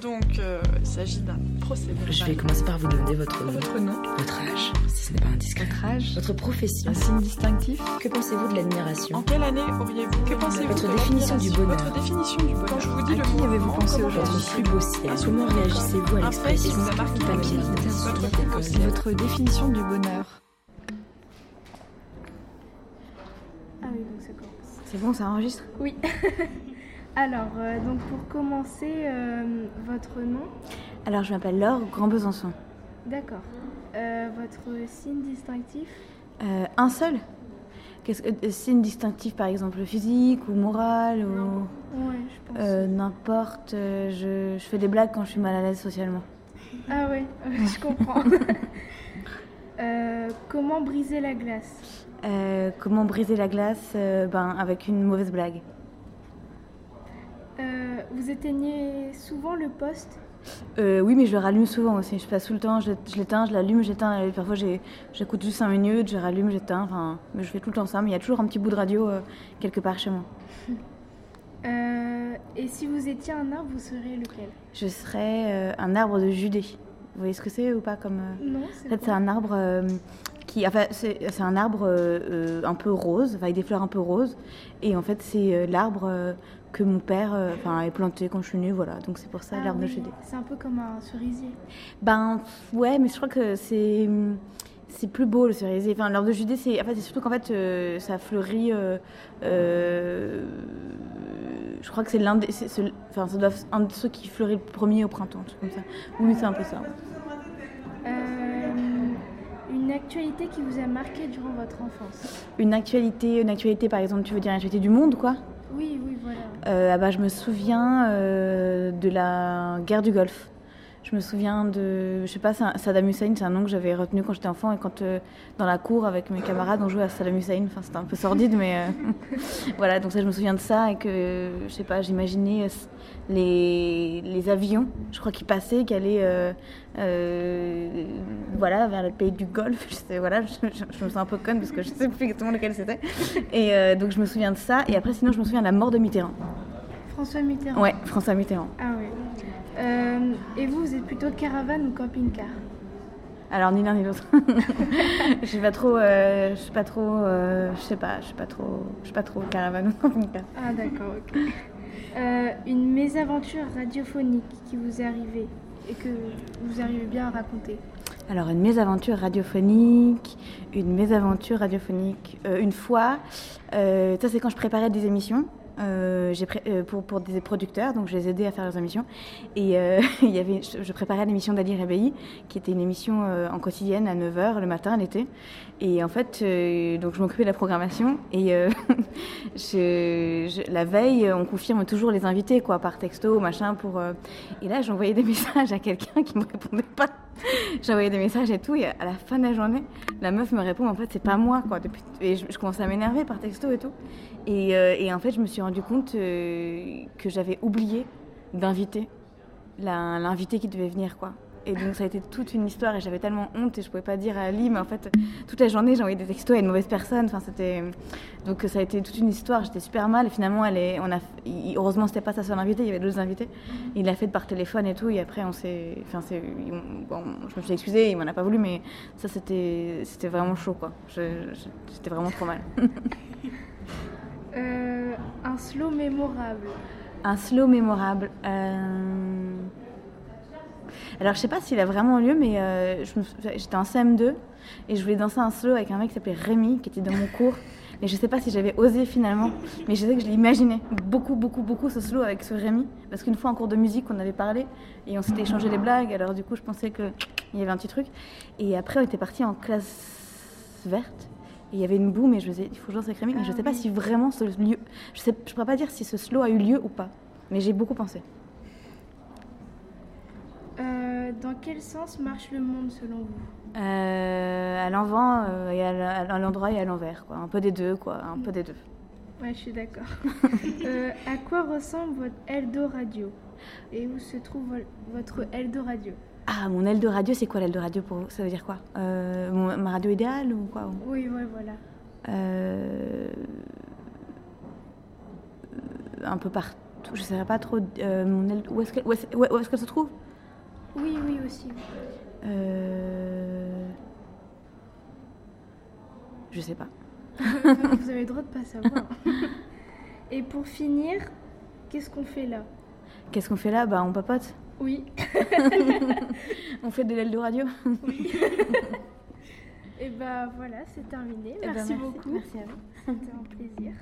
Donc, euh, il s'agit d'un procédé. Je vais commencer par vous demander votre, Votre nom votre âge, si ce n'est pas indiscret. Votre âge Votre profession. Un signe distinctif Que pensez-vous de l'admiration En quelle année auriez-vous Que pensez-vous Votre de définition l'admiration du bonheur. Votre définition du bonheur. Quand je vous dis À le qui mot avez-vous comment pensé vous aujourd'hui Votre pensez plus beau ciel. Comment réagissez-vous à Un fait qui l'expression vous a marqué du papier dans votre vie. Votre plus beau ciel. Votre définition du bonheur Ah oui, donc ça commence. C'est bon, ça enregistre Oui. Alors, euh, donc pour commencer, euh, votre nom Alors, je m'appelle Laure Grand Besançon. D'accord. Euh, votre signe distinctif Euh, un seul Qu'est-ce que euh, signe distinctif par exemple physique ou moral ou Ouais, je pense. euh, n'importe euh, je, je fais des blagues quand je suis mal à l'aise socialement. Ah oui, je comprends. Euh, comment briser la glace Euh, comment briser la glace Euh, ben avec une mauvaise blague. Euh, Vous éteignez souvent le poste Euh, oui mais je le rallume souvent aussi, je passe tout le temps, je, je l'éteins, je l'allume, j'éteins, et parfois j'ai- j'écoute juste 5 minutes, je rallume, j'éteins, enfin mais je fais tout le temps ça, mais il y a toujours un petit bout de radio euh, quelque part chez moi. Euh, Et si vous étiez un arbre, vous seriez lequel Je serais euh, un arbre de Judée. Vous voyez ce que c'est ou pas comme euh, Non, En c'est fait, c'est quoi un arbre euh, qui, enfin, c'est c'est un arbre euh, euh, un peu rose, enfin, avec des fleurs un peu roses. Et en fait, c'est euh, l'arbre euh, que mon père, euh, enfin, a planté quand je suis née, voilà. Donc c'est pour ça Ah l'arbre de oui, chez des- C'est un peu comme un cerisier. Ben pff, ouais, mais je crois que c'est c'est plus beau le cerisier. Enfin, l'arbre de Judée, c'est en fait, c'est surtout qu'en fait, euh, ça fleurit. euh, euh, je crois que c'est l'un des, c'est- c'est- enfin, ça doit un de ceux qui fleurit le premier au printemps, un truc comme ça. Oui, c'est un peu ça. ouais. Euh, une actualité qui vous a marqué durant votre enfance Une actualité, une actualité, par exemple, tu veux dire une actualité du monde, quoi Oui, oui, voilà. Euh, ah bah, je me souviens euh, de la guerre du Golfe. Je me souviens de, je sais pas, c'est un- Saddam Hussein, c'est un nom que j'avais retenu quand j'étais enfant et quand euh, dans la cour avec mes camarades on jouait à Saddam Hussein. Enfin, c'était un peu sordide, mais euh, voilà. Donc ça, je me souviens de ça et que je sais pas, j'imaginais euh, les, les avions, je crois qu'ils passaient, qui allaient euh, euh, voilà vers le pays du Golfe. Je sais, voilà, je, je- je me sens un peu conne parce que je sais plus exactement lequel c'était. Et euh, donc je me souviens de ça. Et après, sinon, je me souviens de la mort de Mitterrand. François Mitterrand. Ouais, François Mitterrand. Ah oui. Euh, et vous, vous êtes plutôt caravane ou camping-car Alors ni l'un ni l'autre. Je sais pas trop, euh, je sais pas trop, euh, je sais pas, je sais pas trop, je sais pas trop caravane ou camping-car. Ah d'accord, ok. Euh, une mésaventure radiophonique qui vous est arrivée et que vous arrivez bien à raconter. Alors une mésaventure radiophonique, une mésaventure radiophonique. Euh, une fois, euh, ça c'est quand je préparais des émissions. euh, j'ai pré- euh, pour, pour des producteurs, donc je les aidais à faire leurs émissions. Et euh, il y avait, je, je préparais l'émission d'Ali Rebéi, qui était une émission euh, en quotidienne à 9h le matin, l'été. Et en fait, euh, donc je m'occupais de la programmation. Et euh, je- je- la veille, on confirme toujours les invités, quoi, par texto, machin, pour. euh, et là, j'envoyais des messages à quelqu'un qui me répondait pas. J'envoyais des messages et tout, et à la fin de la journée, la meuf me répond en fait, c'est pas moi quoi. Depuis... Et je, je commençais à m'énerver par texto et tout. Et, euh, et en fait, je me suis rendu compte euh, que j'avais oublié d'inviter la- l'invité qui devait venir quoi. Et donc, ça a été toute une histoire et j'avais tellement honte et je pouvais pas dire à Ali, mais en fait, toute la journée, j'ai envoyé des textos à une mauvaise personne. Enfin, c'était. Donc, ça a été toute une histoire, j'étais super mal. Et finalement, elle est... on a... il- heureusement, c'était pas sa seule invitée, il y avait d'autres invités. Il l'a fait par téléphone et tout, et après on s'est. Enfin, c'est- on- bon, je me suis excusée, il m'en a pas voulu, mais ça c'était c'était vraiment chaud quoi. Je- je- J'étais vraiment trop mal. Euh, un slow mémorable. Un slow mémorable. euh, Alors je sais pas s'il a vraiment lieu, mais euh, je me sou- j'étais en CM2 et je voulais danser un slow avec un mec qui s'appelait Rémi, qui était dans mon cours. Mais je sais pas si j'avais osé finalement, mais je sais que je l'imaginais beaucoup, beaucoup, beaucoup ce slow avec ce Rémi. Parce qu'une fois en cours de musique, on avait parlé et on s'était échangé les blagues, alors du coup je pensais qu'il y avait un petit truc. Et après on était parti en classe verte. Et il y avait une boum et je me disais, il faut que je danse avec Rémi. Mais je Ah sais pas oui. si vraiment ce lieu. Je sais, je pourrais pas dire si ce slow a eu lieu ou pas. Mais j'ai beaucoup pensé. Euh, dans quel sens marche le monde selon vous Euh, à l'envers euh, et à la- à l'endroit et à l'envers, quoi. Un peu des deux, quoi. Un peu des deux. Ouais, je suis d'accord. Euh, à quoi ressemble votre Eldo Radio Et où se trouve vo- votre Eldo Radio Ah, mon aile de radio, c'est quoi l'aile de radio pour vous Ça veut dire quoi Euh, mon- Ma radio idéale ou quoi Oui, ouais, voilà. Euh, Un peu partout. t- je saurais pas trop euh, mon aile- où est-ce qu'elle où est-ce- où est-ce qu'elle se trouve. Oui, oui, aussi. Euh... Je sais pas. Ah, Vous avez le droit de pas savoir. Et pour finir, qu'est-ce qu'on fait là Qu'est-ce qu'on fait là Bah on papote. Oui. On fait de l'aile de radio. Et bah voilà, c'est terminé. Eh ben, Merci, beaucoup. Eh Merci à vous. C'était un plaisir.